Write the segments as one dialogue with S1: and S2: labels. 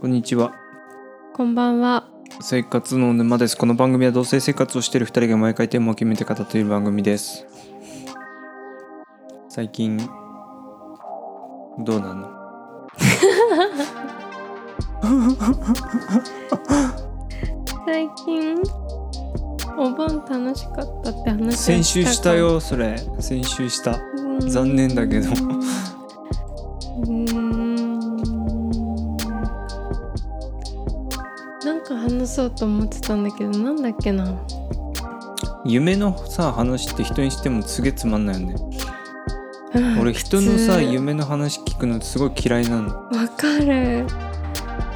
S1: こんにちは
S2: こんばんは。
S1: 生活の沼ですこの番組は同性生活をしている2人が毎回テーマを決めて語っている番組です最近どうなの
S2: 最近お盆楽しかったって話を
S1: 先週した
S2: か
S1: よそれ先週した
S2: うん
S1: 残念だけど
S2: うーんなんか話そうと思ってたんだけどなんだっけな
S1: 夢のさ話って人にしてもすげえつまんないよね
S2: う ん
S1: 俺人のさ
S2: 普通
S1: 夢の話聞くのすごい嫌いなの
S2: わかる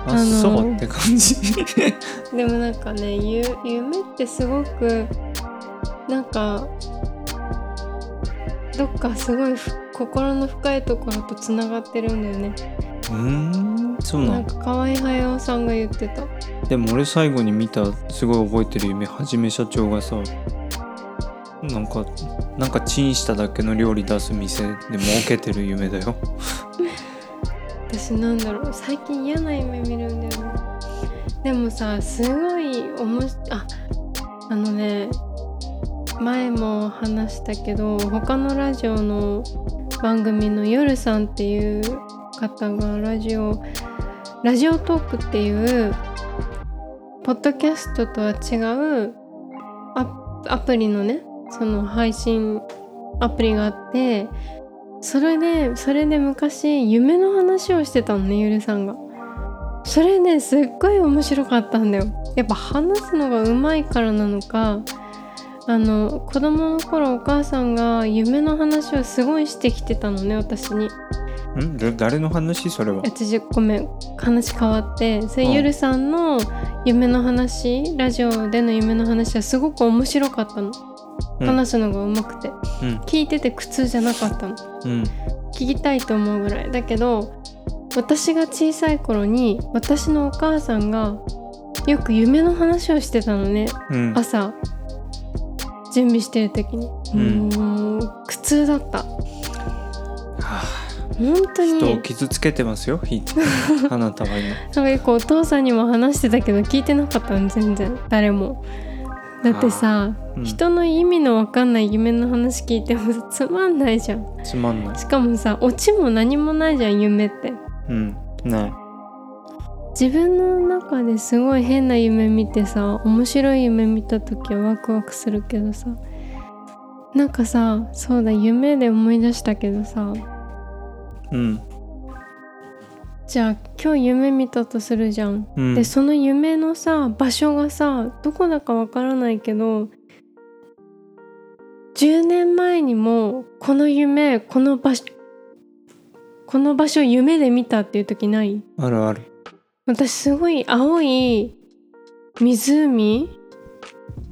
S1: あ
S2: あのー
S1: そうって感じ
S2: でもなんかねゆ夢ってすごくなんかどっかすごいふ心の深いところとつながってるんだよね
S1: うーんそうな
S2: なん
S1: の
S2: か河合駿さんが言ってた
S1: でも俺最後に見たすごい覚えてる夢はじめ社長がさなんかなんかチンしただけの料理出す店で儲けてる夢だよ
S2: 私なんだろう最近嫌な夢見るんだよねでもさすごいおもしああのね前も話したけど他のラジオの番組の夜さんっていう方がラジオラジオトークっていうポッドキャストとは違うアアプリのねその配信アプリがあってそれでそれで昔夢の話をしてたのねゆるさんがそれねすっごい面白かったんだよやっぱ話すのがうまいからなのかあの子供の頃お母さんが夢の話をすごいしてきてたのね私に
S1: んだ誰の話それは
S2: あちごめん話変わってそれ、
S1: うん
S2: ゆるさんの夢の話ラジオでの夢の話はすごく面白かったの、
S1: うん
S2: 話すのがうまくて、
S1: うん
S2: 聞いてて苦痛じゃなかったの
S1: うん
S2: 聞きたいと思うぐらいだけど私が小さい頃に私のお母さんがよく夢の話をしてたのね
S1: うん
S2: 朝準備してる時に、
S1: うん
S2: もう苦痛だった
S1: はあ
S2: 本当に
S1: 人を傷つけてますよひ あなたは今
S2: なんかよくお父さんにも話してたけど聞いてなかったの全然誰もだってさ、
S1: うん
S2: 人の意味のわかんない夢の話聞いてもつまんないじゃん
S1: つまんない
S2: しかもさオチも何もないじゃん夢って
S1: うんない
S2: 自分の中ですごい変な夢見てさ面白い夢見た時はワクワクするけどさなんかさそうだ夢で思い出したけどさ
S1: うん
S2: じゃあ今日夢見たとするじゃん、
S1: うん
S2: でその夢のさ場所がさどこだかわからないけど10年前にもこの夢この場所この場所夢で見たっていう時ない
S1: あるある
S2: 私すごい青い湖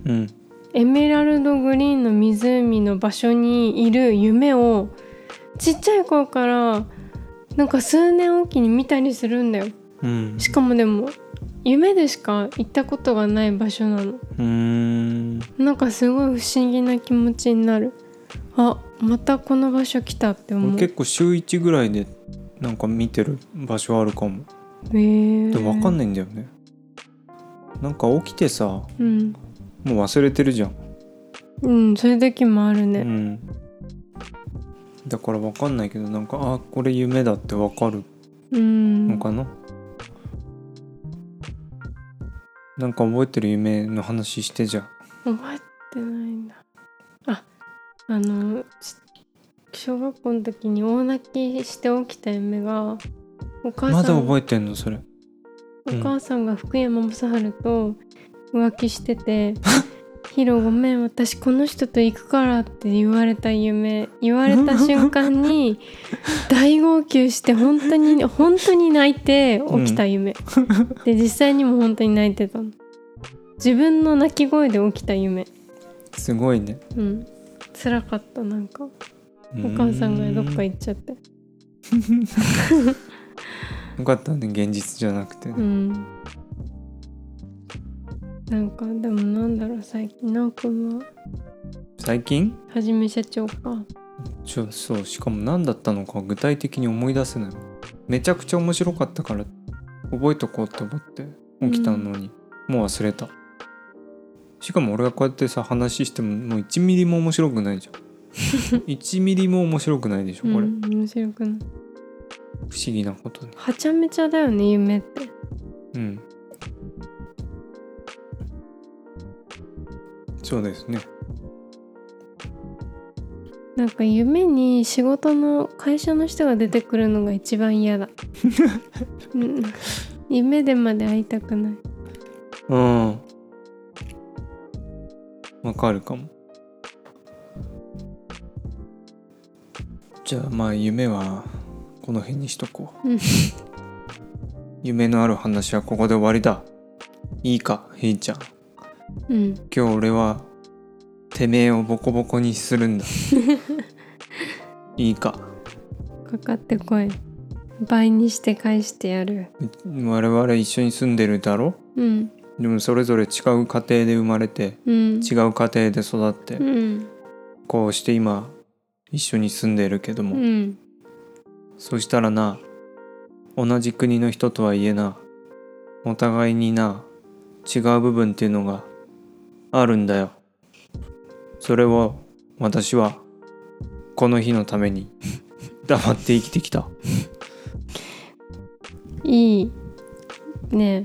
S1: うん
S2: エメラルドグリーンの湖の場所にいる夢をちっちゃい頃からなんか数年おきに見たりするんだよ
S1: うん
S2: しかもでも夢でしか行ったことがない場所なの
S1: うーん
S2: なんかすごい不思議な気持ちになるあまたこの場所来たって思
S1: 俺
S2: う
S1: 結構週1ぐらいでなんか見てる場所あるかも
S2: えー、
S1: でも分かん
S2: ない
S1: ないんだよねなんか起きてさも
S2: うん、
S1: う忘れてるじゃん、
S2: うん、そういう時もある
S1: う
S2: ね、
S1: ん、だから分かんないけどなんかあこれ夢だって分かる
S2: うん、
S1: のかな、なんか覚えてる夢の話してじゃん
S2: 覚えてないんだああのし小学校の時に大泣きして起きた夢がお母
S1: まだ
S2: さん、
S1: 覚えてんのそれうん
S2: お母さんが福山雅治と浮気して て「ヒロごめん私この人と行くから」って言われた夢言われた瞬 間に大号泣して本当に本当に泣いて起きた夢、で実際にも本当に泣いてたの自分の泣き声で起きた夢
S1: すごいね
S2: うん辛かったなんか
S1: お
S2: お母さんがどっか行っちゃって
S1: よかったね現実じゃなくて、
S2: うんなんかでもなんだろう最近なおくんは
S1: 最近
S2: はじめ社長か
S1: ちょそうしかも何だったのか具体的に思い出せないめちゃくちゃ面白かったから覚えとこうって思って起きたのに、もう忘れたしかも俺がこうやってさ話してももう1ミリも面白くないじゃ ん1ミリも面白くないでしょこれ、
S2: うん、面白くない
S1: 不思議なことに
S2: はちゃめちゃだよね夢って
S1: うんそうですね
S2: なんか夢に仕事の会社の人が出てくるのが一番嫌だうん夢でまで会いたくない
S1: うんわかるかもじゃあまあ夢はこの辺にしとこう
S2: うん
S1: 夢のある話はここで終わりだいいかひいちゃん
S2: うん
S1: 今日俺はてめえをボコボコにす るんだいいか
S2: かかってこい倍にして返してやる
S1: 我々一緒に住んでるだろ
S2: うん
S1: でもそれぞれ違う家庭で生まれて
S2: うん
S1: 違う家庭で育って
S2: うん
S1: こうして今一緒に住んでるけど
S2: う
S1: も、
S2: ん
S1: そしたらな同じ国の人とはいえなお互いにな違う部分っていうのがあるんだよそれを私はこの日のために黙って生きてきた
S2: いいねえ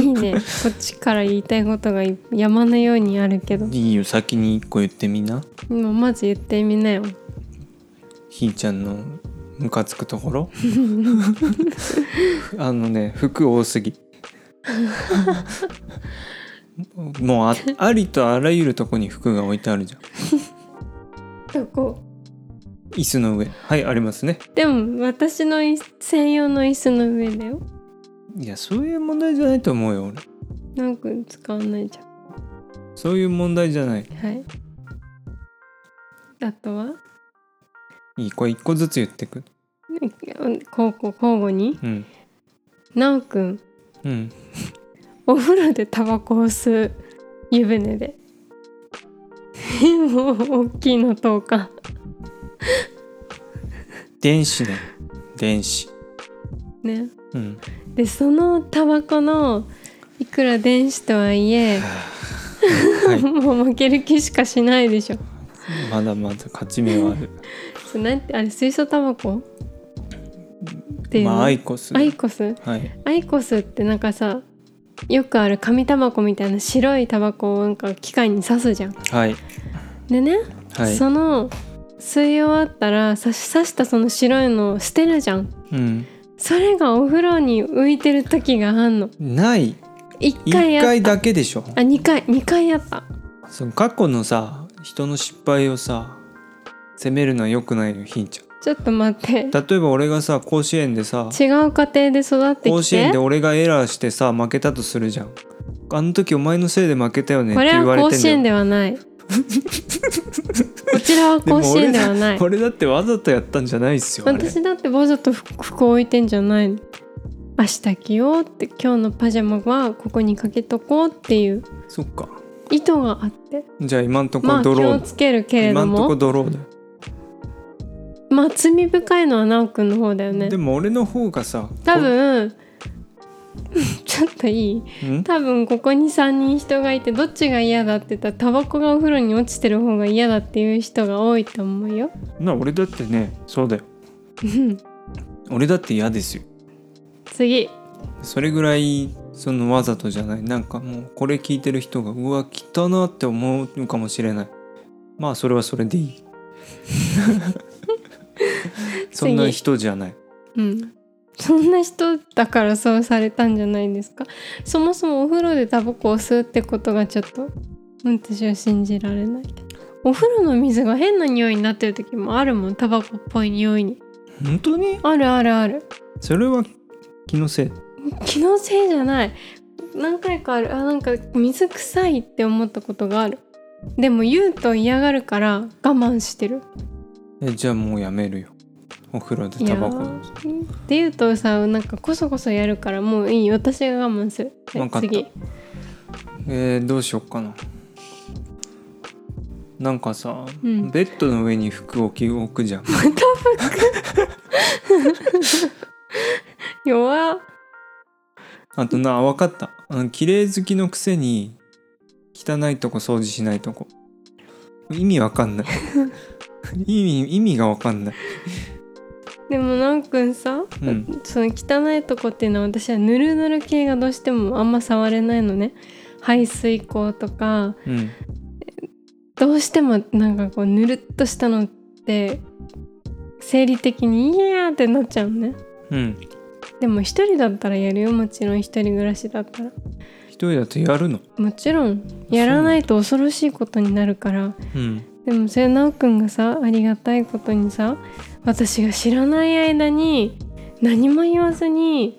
S2: いいねこっちから言いたいことが山のようにあるけど
S1: いいよ先に一個言ってみな
S2: 今まず言ってみなよ
S1: ひーちゃんのムカつくところ あのね服多すぎ もうあありとあらゆるとこに服が置いてあるじゃん
S2: どこ
S1: 椅子の上はいありますね
S2: でも私のい専用の椅子の上だよ
S1: いやそういう問題じゃないと思うよ俺
S2: なんか使わないじゃ
S1: そういう問題じゃない
S2: んはいあとはい
S1: いこれ一個ずつ言ってく
S2: 交互交互に
S1: うん
S2: なおくん
S1: うん
S2: お風呂でタバコを吸う湯船でもう大きいの等間
S1: 電子ね電子
S2: ね
S1: うん
S2: でそのタバコのいくら電子とはいえ、
S1: はい
S2: もう負ける気しかしないでしょ
S1: まだまだ勝ち目はある
S2: それなんてあれ水素タバコっていうの、
S1: まあアイコス
S2: アイコス
S1: はい
S2: アイコスってなんかさよくある紙タバコみたいな白いタバコをなんか機械に刺すじゃん。
S1: はい
S2: でね、
S1: はい
S2: その吸い終わったら刺し刺したその白いのを捨てるじゃん。
S1: うん
S2: それがお風呂に浮いてる時があんの。
S1: ない
S2: 一
S1: 一
S2: 回やっ
S1: 回だけでしょ
S2: あ二回二回やった。
S1: その過去のさ人の失敗をさ責めるのは良くないよひんちゃん
S2: ちょっと待って。
S1: 例えば俺がさ甲子園でさ
S2: 違う家庭で育って
S1: 甲
S2: き
S1: 子園
S2: て
S1: で。俺がエラーしてさ負けたとするじゃんあの時お前のせいで負けたよねっ
S2: こ
S1: て
S2: れ
S1: 言わ
S2: は
S1: れ
S2: 甲
S1: てん
S2: 子
S1: だよ
S2: 園で はない。こちらは
S1: でも
S2: 甲子園ではない。
S1: 俺だ俺だってわざとやったんじゃないっすよあれ
S2: 私だってわざと服服置いてんじゃないの明日着ようって今日のパジャマはここにかけとこうっていう
S1: そっか
S2: 意図があって
S1: じゃあ今んとこ
S2: まあ気
S1: ドロ
S2: を
S1: ー、
S2: つけるけれ
S1: 今
S2: ど
S1: んとこ
S2: も
S1: ドローだよ、
S2: まあ罪深いのは奈緒くんの方だよね
S1: でも俺の方がさ
S2: 多分 ちょっといい
S1: こん
S2: 多分ここに3人人がいてどっちが嫌だって言ったらタバコがお風呂に落ちてる方が嫌だっていう人が多いと思うよ
S1: な俺だってねそうだよ
S2: うん
S1: 俺だって嫌ですよ
S2: 次
S1: それぐらいそのわざとじゃないなんかもうこれ聞いてる人がうわ汚なって思うかもしれないまあそれはそれでい いそんな人じゃない
S2: うん、そんな人だからそうされたんじゃないですかそもそもお風呂でタバコを吸うってことがちょっと私は信じられないお風呂の水が変な匂いになってる時もあるもんタバコっぽい匂いに
S1: 本当に
S2: あるあるある
S1: それは気のせい
S2: 気のせいじゃない何回かあるあなんか水臭いって思ったことがあるでも言うと嫌がるから我慢してる
S1: えじゃあもうやめるよお風呂で
S2: いや
S1: タバコ
S2: ーって言うとさなんかこそこそやるからもういい私が我慢するはい
S1: わかった
S2: 次
S1: えー、どうしよっかななんかさ、
S2: うん
S1: ベッドの上に服を置き置くじゃん
S2: 弱っ
S1: あとな分かったあの綺麗好きのくせに汚いとこ掃除しないとこ意味わか んない意味意味がわかんない
S2: でもなんくんさ、
S1: うん
S2: その汚いとこっていうのは私はぬるぬる系がどうしてもあんま触れないのね排水口とか
S1: うん
S2: どうしてもなんかこうぬるっとしたのって生理的に「イヤー!」ってなっちゃうのね
S1: うん
S2: でも一人だったらやるよもちろん一人暮らしだったら
S1: 一人だとやるの
S2: もちろんやらないと恐ろしいことになるから
S1: うん
S2: でもそれなおくんがさありがたいことにさ私が知らない間に何も言わずに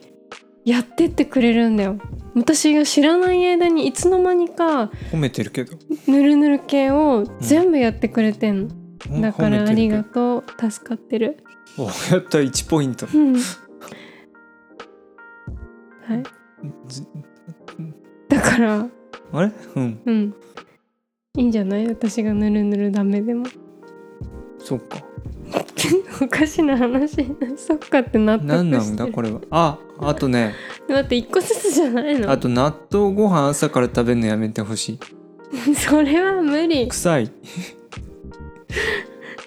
S2: やってってくれるんだよ私が知らない間にいつの間にか
S1: 褒めてるけど
S2: ぬるぬる系を全部やってくれてんの、
S1: ほん
S2: だか
S1: 褒
S2: ら
S1: め
S2: あ
S1: てる
S2: り
S1: けど
S2: がとう助かってる
S1: おやった1ポイント
S2: うんはい
S1: ず
S2: だから
S1: あれうん
S2: うんいいんじゃない私がぬるぬるダメでも
S1: そっか
S2: おかしな話 そっかって納得
S1: 何
S2: して
S1: なんだ
S2: る
S1: これはああとね
S2: 待って一個ずつじゃないの
S1: あと納豆ご飯朝から食べるのやめてほしい
S2: それは無理
S1: 臭い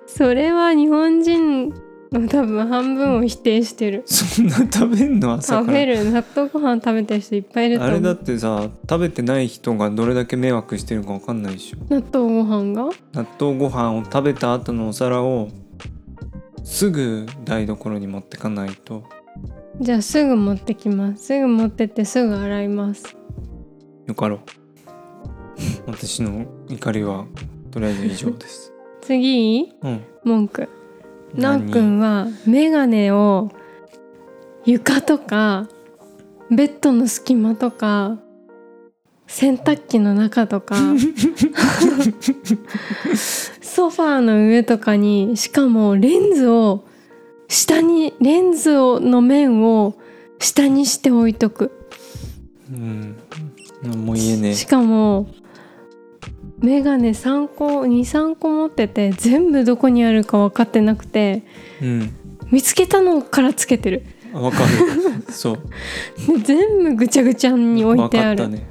S2: それは日本人の多分半分を否定してる
S1: そんな食べんの朝
S2: 食
S1: か
S2: べ
S1: ら
S2: る納豆ご飯食べてる人いっぱいいると
S1: あ
S2: 思
S1: れだっ
S2: う
S1: てさ食べてない人がどれだけ迷惑してるかわかんないでしょ
S2: 納豆ご飯が
S1: 納豆ご飯を食べた後のお皿をすぐ台所に持ってかないと
S2: じゃあすぐ持ってきますすぐ持ってってすぐ洗います
S1: よかろう 私の怒りはとりあえず以上 です
S2: 次いい
S1: うん
S2: 文句な
S1: 何
S2: んくんは眼鏡を床とかベッドの隙間とか洗濯機の中とかソファーの上とかにしかもレンズを下にレンズをの面を下にして置いとく
S1: うん何も言えねえ
S2: しかも眼鏡3個23個持ってて全部どこにあるか分かってなくて
S1: うん
S2: 見つけたのからつけてる
S1: あわか るそう
S2: で全部ぐちゃぐちゃに置いてあ
S1: わか
S2: る、
S1: ったね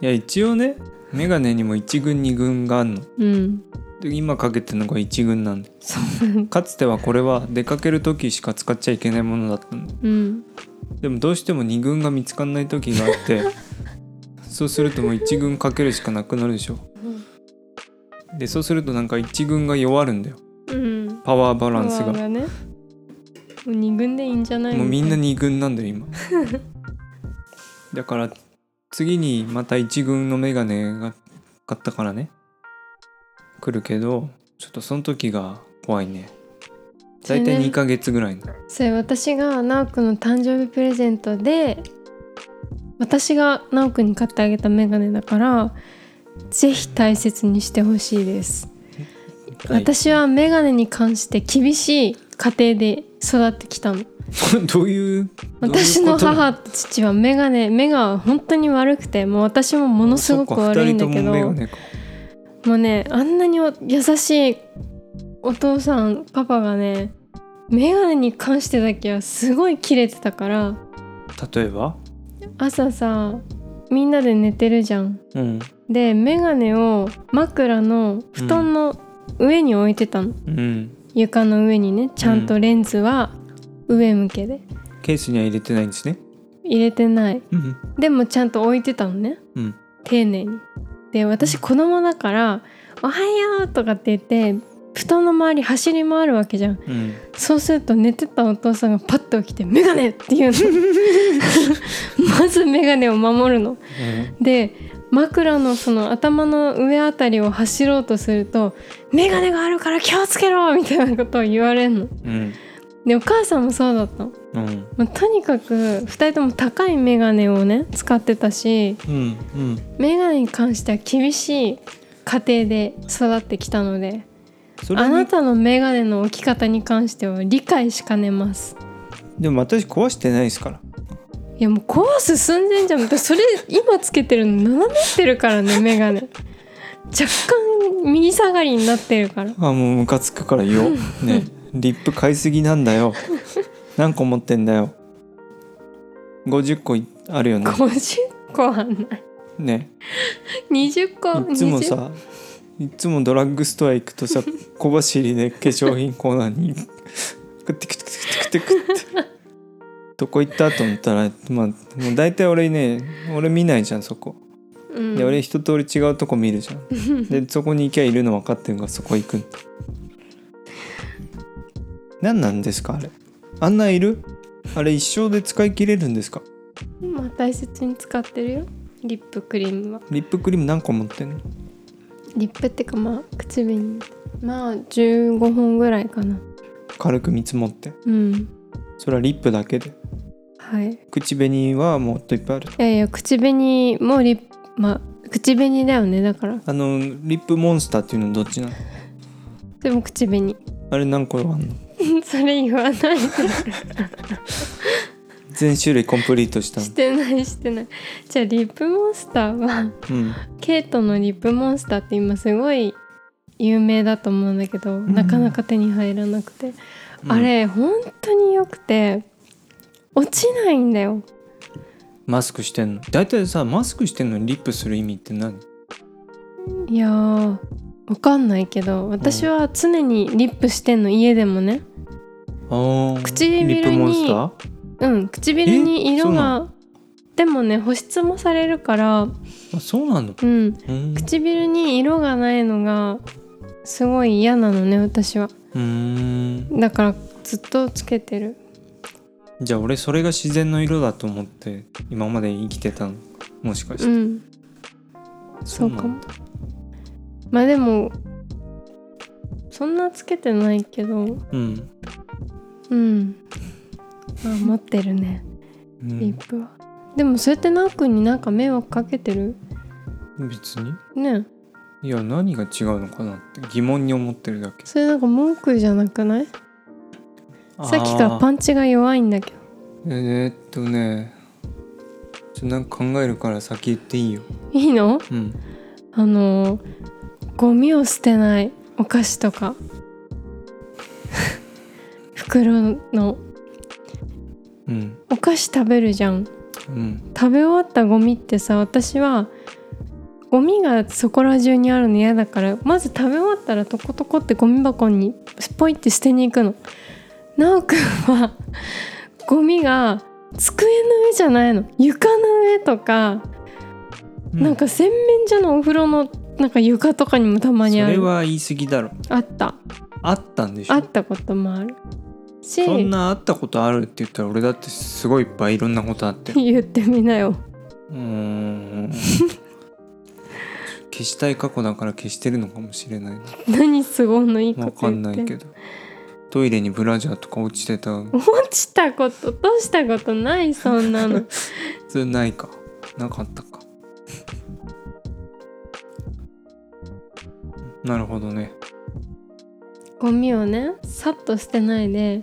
S1: いや一応ねメガネにも1軍2軍があるの
S2: うん
S1: で今かけてるのが1軍なんで
S2: そうなん
S1: かつてはこれは出かける時しか使っちゃいけないものだったの
S2: うん
S1: でもどうしても2軍が見つかんない時があって そうするともう1軍かけるしかなくなるでしょでそうするとなんか1軍が弱るんだよ
S2: うん
S1: パワーバランス
S2: パワ
S1: が
S2: ーねもう2軍でいいんじゃない
S1: もうみんな
S2: み
S1: 2軍なんだよ 今だから次にまた1軍のメガネが買ったからね来るけどちょっとその時が怖いね
S2: たい
S1: 大
S2: な
S1: 体2ヶ月ぐらいの
S2: それ私が奈くんの誕生日プレゼントで私が奈くんに買ってあげたメガネだからぜひ大切にしてほしいです、
S1: はい
S2: 私はメガネに関して厳しい家庭で育ってきたの
S1: どういう
S2: 私の母と父はメガネ目が本当に悪くてもう私もも
S1: も
S2: のすごく悪いんだけど
S1: メガ
S2: も
S1: ネか
S2: うねあんなにお優しいお父さんパパがねメガネに関してだけはすごいキレてたから
S1: 例えば
S2: 朝さみんなで寝てるじゃん
S1: うん
S2: でメガネを枕の布団の上に置いてたの、
S1: うん
S2: 床の上にねちゃんとレンズは上向けで
S1: ケースには入れてないんですね
S2: 入れてない
S1: うん
S2: でもちゃんと置いてたのね
S1: うん
S2: 丁寧にで私子供だから「おはよう」とかって言って布団の周り走り回るわけじゃん
S1: うん
S2: そうすると寝てたお父さんがパッと起きて「メガネ!」って言 うのまずメガネを守るので枕のその頭の上あたりを走ろうとすると「メガネがあるから気をつけろ!」みたいなことを言われんの
S1: うん
S2: でお母さんもそうだったの
S1: うん
S2: もうとにかく2人とも高いメガネをね使ってたし
S1: うんうん
S2: メガネに関しては厳しい家庭で育ってきたので
S1: それ
S2: あ
S1: に
S2: なたのメガネの置き方に関しては理解しかねます
S1: でも私壊してないですから
S2: いやもう壊す寸前じゃん私それ今つけてるの斜めってるからねメガネ若干右下がりになってるから
S1: あもうムカつくから言おうねリップ買いすぎなんだよ何個持ってんだよ50個いあるよね
S2: 50個はない
S1: ね
S2: 20個
S1: いつも
S2: 20
S1: さいつもドラッグストア行くとさ小走りで化粧品コーナーにクテクテクテクテクテってどこ行ったと思ったらまあもう大体俺ね俺見ないじゃんそこ
S2: うん
S1: で俺一通り違うとこ見るじゃんでそこに行きゃいるの分かってるからそこ行くんだ何なんですかあれあんないるあれ一生で使い切れるんですか
S2: まあ大切に使ってるよリップクリームは
S1: リップクリーム何個持ってんの
S2: リップってかまあ口紅まあ15本ぐらいかな
S1: 軽く見積もって
S2: うん
S1: それはリップだけで
S2: はいい
S1: 口紅はもっといっぱいある
S2: やいや口紅もリップまあ口紅だよねだから
S1: あのリップモンスターっていうのどっちなの
S2: でも口紅
S1: あれ何個あんの
S2: それ言わないで
S1: 全種類コンプリートしたの
S2: してないしてないじゃあリップモンスターは
S1: うん
S2: ケイトのリップモンスターって今すごい有名だと思うんだけど、
S1: ん
S2: なかなか手に入らなくて、
S1: うん
S2: あれ本当に良くて落ちないんだよ
S1: マスクしてんの大体さマスクしてんのにリップする意味って何
S2: いやーわかんないけど私は常にリップしてんの家でもね
S1: あー
S2: 唇に
S1: リップモンスター
S2: うん唇に
S1: えそ
S2: 色
S1: うな
S2: がでもね保湿もされるから
S1: あそうなの
S2: うん
S1: うん
S2: 唇に色がないのがすごい嫌なのね私は
S1: うーん
S2: だからずっとつけてる
S1: じゃあ俺それが自然の色だと思って今まで生きてたのもしかして、
S2: うんそう
S1: な
S2: か
S1: ん
S2: も
S1: だ
S2: まあでもそんなつけてないけど
S1: うん、
S2: うんまあ持ってるね
S1: う
S2: リッ
S1: ん、
S2: プは、でもそうやってなおくんになんか迷惑かけてる
S1: 別に
S2: ね
S1: いや何が違うのかなって疑問に思ってるだけ
S2: それなんか文句じゃなくないさっきから
S1: ン
S2: パンチが弱いんだけど
S1: えーっとねちょっとなんか考えるから先言っていいよ
S2: いいの
S1: うん
S2: あのーゴミを捨てないお菓子とか 袋の
S1: うん
S2: お菓子食べるじゃん
S1: うん
S2: 食べ終わったゴミってさ私はゴミがそこら中にあるの嫌だからまず食べ終わったらトコトコってゴミ箱にスポイって捨てに行くの。なおくんはゴミが机の上じゃないの床の上とか、なんか洗面所のお風呂のなんか床とかにもたま
S1: そ
S2: にあ
S1: れ
S2: る
S1: は言い過ぎだろ
S2: あった
S1: あったんでしょ
S2: あったこともあるし
S1: そんなあったことあるって言ったら俺だってすごいいっぱいいろんなことあって う
S2: 言ってみなよ
S1: ーん消したい過去だから消してるのかもしれない
S2: 何都合のいいこ
S1: な
S2: と言
S1: わ
S2: って
S1: かんないけどトイレにブラジャーとか落ちてた
S2: 落ちたこと落としたことないそんな の
S1: それないかなか ったかなるほどね
S2: ゴミをねさっと捨てないで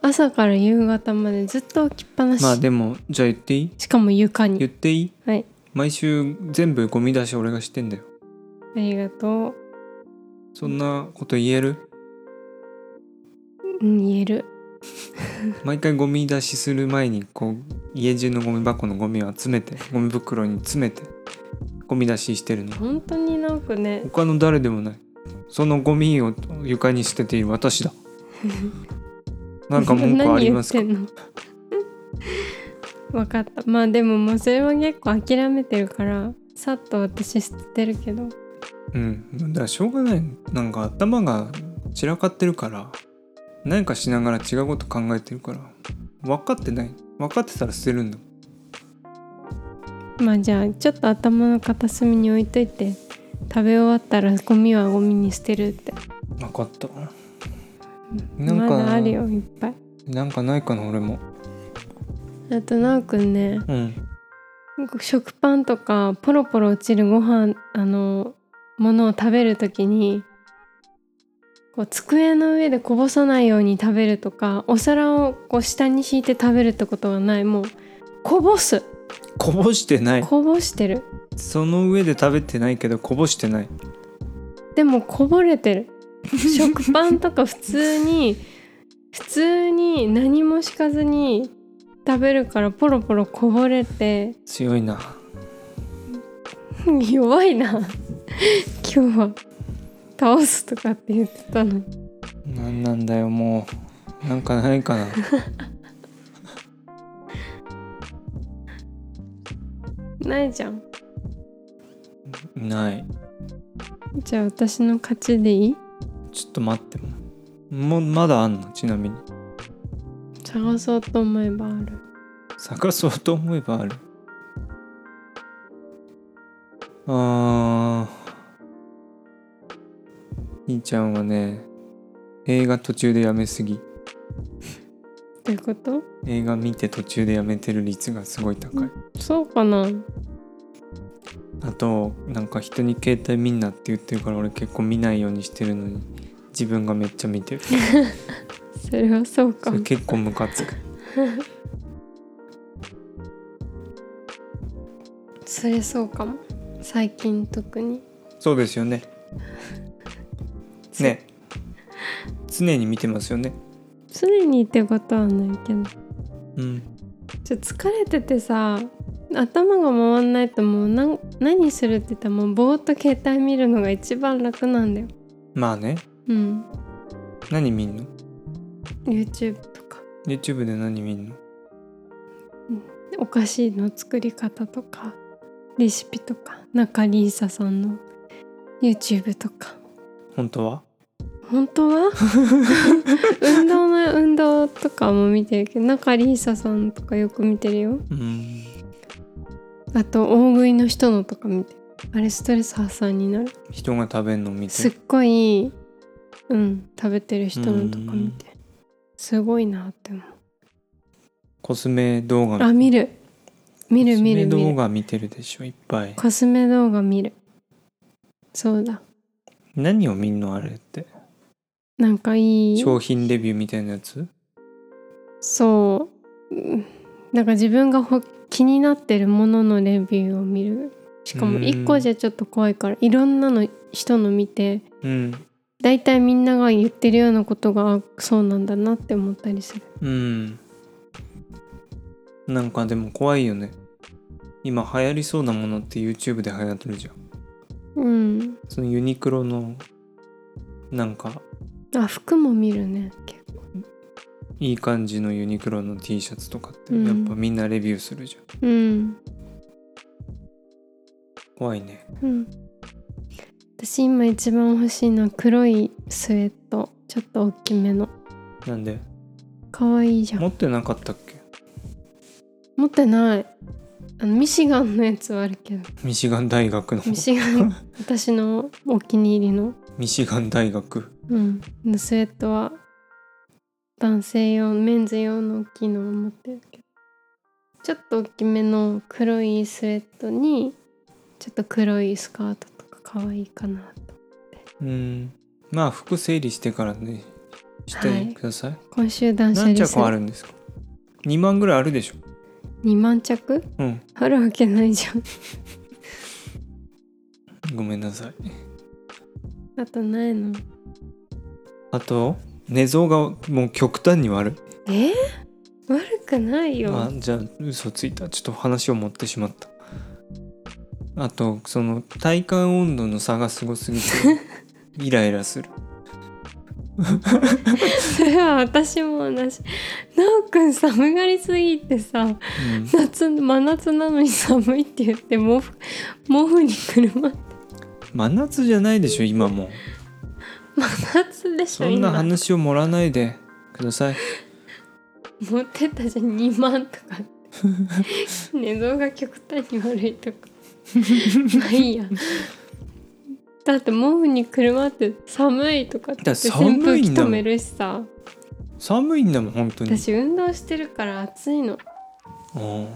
S2: 朝から夕方までずっと置きっぱなし、
S1: まあでもじゃあ言っていい
S2: しかも床
S1: 言
S2: に
S1: っていい
S2: はい
S1: 毎週全部ゴミ出し俺がしてんだよ
S2: ありがとう、
S1: そんなこと言える
S2: うん、言える
S1: 毎回ゴミ出しする前にこう家中のゴミ箱のゴミを集めてゴミ袋に詰めてゴミ出ししてるの
S2: 本当になんかね
S1: 他の誰でもないそのゴミを床に捨てている私だ なんか文句ありますか
S2: 何言ってんの わかったまあでももうそれは結構諦めてるからさっと私捨ててるけど
S1: うんだからしょうがないなんか頭が散らかってるから何かしながら違うこと考えてるから分かってない分かってたら捨てるんだ
S2: まあじゃあちょっと頭の片隅に置いといて食べ終わったらゴミはゴミに捨てるって
S1: 分かったなん
S2: ま
S1: か
S2: だあるよいっぱい
S1: なんかないかな俺も
S2: あとなおくんね
S1: うん
S2: 食パンとかポロポロ落ちるご飯あのものを食べるときにこう机の上でこぼさないように食べるとかお皿をこう下に敷いて食べるってことはないもうこぼす
S1: こぼしてない
S2: こぼしてる
S1: その上で食べてないけどこぼしてない
S2: でもこぼれてる食パンとか普通に普通に何も敷かずに食べるからポロポロこぼれて
S1: 強いな
S2: 弱いな今日は倒すとかって言ってたのに
S1: なんなんだよもうなんかない かな
S2: ないじゃん
S1: ない
S2: じゃあ私の勝ちでいい
S1: ちょっと待ってもうまだあんのちなみに
S2: 探そうと思えばある
S1: 探そうと思えばあるあーいいちゃんはね映画途中でやめすぎ
S2: ってこと
S1: 映画見て途中でやめてる率がすごい高い
S2: そうかな
S1: あとなんか人に携帯見んなって言ってるから俺結構見ないようにしてるのに自分がめっちゃ見てる
S2: それはそう
S1: そ
S2: か
S1: れ結構ムカつく
S2: それそうかも最近特に
S1: そうですよねね常に見てますよね
S2: 常にってことはないけど
S1: うん
S2: ちょっと疲れててさ頭が回んないともうなん何するって言ったらもうぼーっと携帯見るのが一番楽なんだよ
S1: まあね
S2: うん
S1: 何見んの
S2: YouTube とか
S1: YouTube で何見んの
S2: お菓子の作り方とかレシピとか中里依紗さんの YouTube とか
S1: 本当は
S2: 本当は 運動の運動とかも見てるけど中里依紗さんとかよく見てるよ
S1: うん
S2: あと大食いの人のとか見てるあれストレス発散になる
S1: 人が食べんの見て
S2: すっ
S1: る
S2: ごいうん食べてる人のとか見てすごいなって思う
S1: コスメ動画
S2: あ見る見る見る
S1: コスメ動
S2: 見る
S1: 画見てるでしょいっぱい
S2: コスメ動画見るそうだ
S1: 何を見んのあれって
S2: なんかいい
S1: 商品レビューみたいなやつ
S2: そううんなんか自分がほ気になってるもののレビューを見るしかも
S1: うん
S2: 1個じゃちょっと怖いからいろんなの人の見て
S1: うん
S2: 大体みんなが言ってるようなことがあそうなんだなって思ったりする
S1: うんなんかでも怖いよね今流行りそうなものって YouTube で流行ってるじゃん
S2: うん
S1: そのユニクロのなんか
S2: あ服も見るね結構
S1: いい感じのユニクロの T シャツとかって
S2: うん
S1: やっぱみんなレビューするじゃん、
S2: うん
S1: 怖いね
S2: うん私今一番欲しいのは黒いスウェットちょっと大きめの
S1: なんで
S2: 可愛いじゃん
S1: 持ってなかったっけ
S2: 持ってないあのミシガンのやつはあるけど
S1: ミシガン大学の
S2: ミシガン私のお気に入りの、
S1: ミシガン大学
S2: うん、のスウェットは男性用メンズ用の大きいのを持ってるけどちょっと大きめの黒いスウェットにちょっと黒いスカートとか可愛いかなと
S1: うんまあ服整理してからねしてください、
S2: 今週断捨
S1: 何
S2: 離す
S1: 着あ
S2: る
S1: るんですか2万ぐらいあるでしょ
S2: 2万着
S1: うん
S2: あるわけないじゃん
S1: ごめんなさい
S2: あとないの
S1: あと寝相がもう極端に悪い
S2: えー悪くないよ、
S1: あじゃあ嘘ついたちょっと話を持ってしまったあとその体感温度の差がすごすぎてイライラする
S2: それは私も同じなおくん寒がりすぎてさ
S1: うん
S2: 夏真夏なのに寒いって言って毛布毛布にくるまって
S1: 真夏じゃないでしょ今もう
S2: 真夏でし
S1: そ
S2: ょ
S1: んな
S2: 今
S1: 話を盛らないでください
S2: 持ってたじゃん2万とか 寝相が極端に悪いとか まあいいやだって毛布にくるまって寒いとかって言って
S1: だから寒い
S2: 扇
S1: んだもん
S2: 風機止めるしさ
S1: 寒いんだもん本当に
S2: 私運動してるから暑いの
S1: うん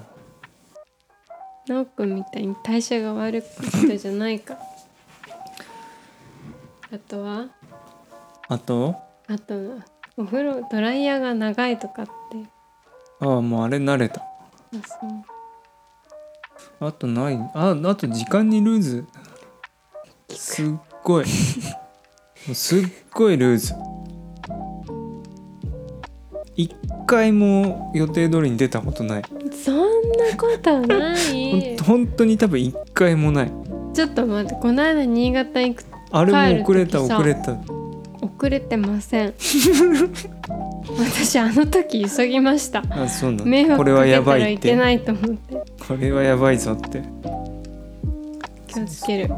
S2: なおくんみたいに代謝が悪く人じゃないからあとは
S1: あと
S2: あとお風呂ドライヤーが長いとかって
S1: ああもうあれ慣れた
S2: あそう
S1: あとないああと時間にルーズすっごいもうすっごいルーズ1回も予定通りに出たことない
S2: そんなことな
S1: ほん
S2: い
S1: 本当に多分一回もない
S2: ちょっと待ってこの間新潟行く
S1: あれも遅れた
S2: 帰る時さ
S1: 遅れた
S2: 遅れて ません私あの時急ぎました
S1: あそうなん
S2: 迷
S1: だこ
S2: 惑
S1: れ
S2: か
S1: は
S2: け
S1: や
S2: た
S1: ば
S2: ら
S1: い
S2: い
S1: っ
S2: け
S1: て
S2: ないと思って
S1: これはやばいぞって
S2: 気をつける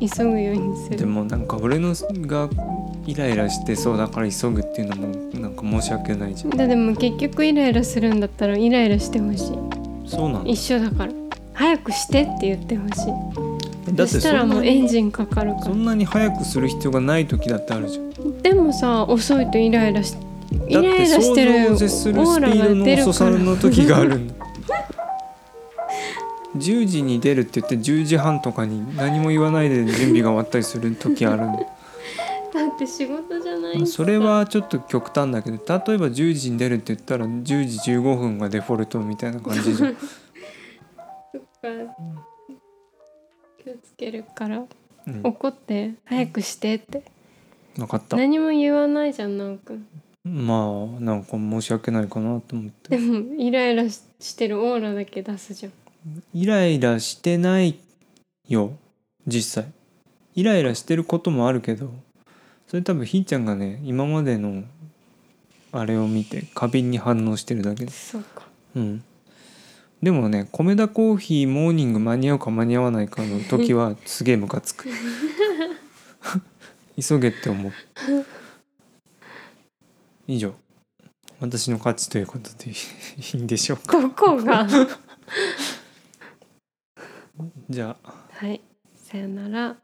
S2: 急ぐようにす
S1: で
S2: る
S1: もなんか俺のがイライラしてそうだから急ぐっていうのもなんか申し訳ないじゃん
S2: だでも結局イライラするんだったらイライラしてほし
S1: そうなんだ
S2: い一緒だから早くしてって言ってほしい
S1: だっ
S2: そ
S1: て
S2: し
S1: そ
S2: たら
S1: ん
S2: も
S1: な
S2: うエン
S1: に
S2: ジンかかるか
S1: そ
S2: ら
S1: んなに早くする必要がない時だってあるじゃん
S2: でもさ遅いとイライラしイ
S1: だっ
S2: ラ
S1: て
S2: イラ
S1: 想
S2: してる
S1: 像
S2: オ
S1: を絶するス
S2: ー
S1: ピ
S2: ラ
S1: ード
S2: が出
S1: の遅
S2: る
S1: さ
S2: から
S1: の時があるんだ10時に出るって言って10時半とかに何も言わないで準備が終わったりする時ある んだ
S2: だって仕事じゃないん
S1: まあ
S2: だ
S1: それはちょっと極端だけど例えば10時に出るって言ったら10時15分がデフォルトみたいな感じ じゃん
S2: そっか気をつけるから
S1: うん
S2: 怒って早くしてって
S1: 分かった
S2: 何も言わないじゃんなおくん
S1: まあなんか申し訳ないかなと思って
S2: でもイライラししてるオーラだけ出すじゃん
S1: イライラしてないよ実際イライラしてることもあるけどそれ多分ひーちゃんがね今までのあれを見て過敏に反応してるだけです
S2: そうか
S1: うんでもね米田コーヒーモーニング間に合うか間に合わないかの時はすげえムカつく 急げって思う以上私の価値ということでいいんでしょうか
S2: どこ がは
S1: じゃあ
S2: いさよなら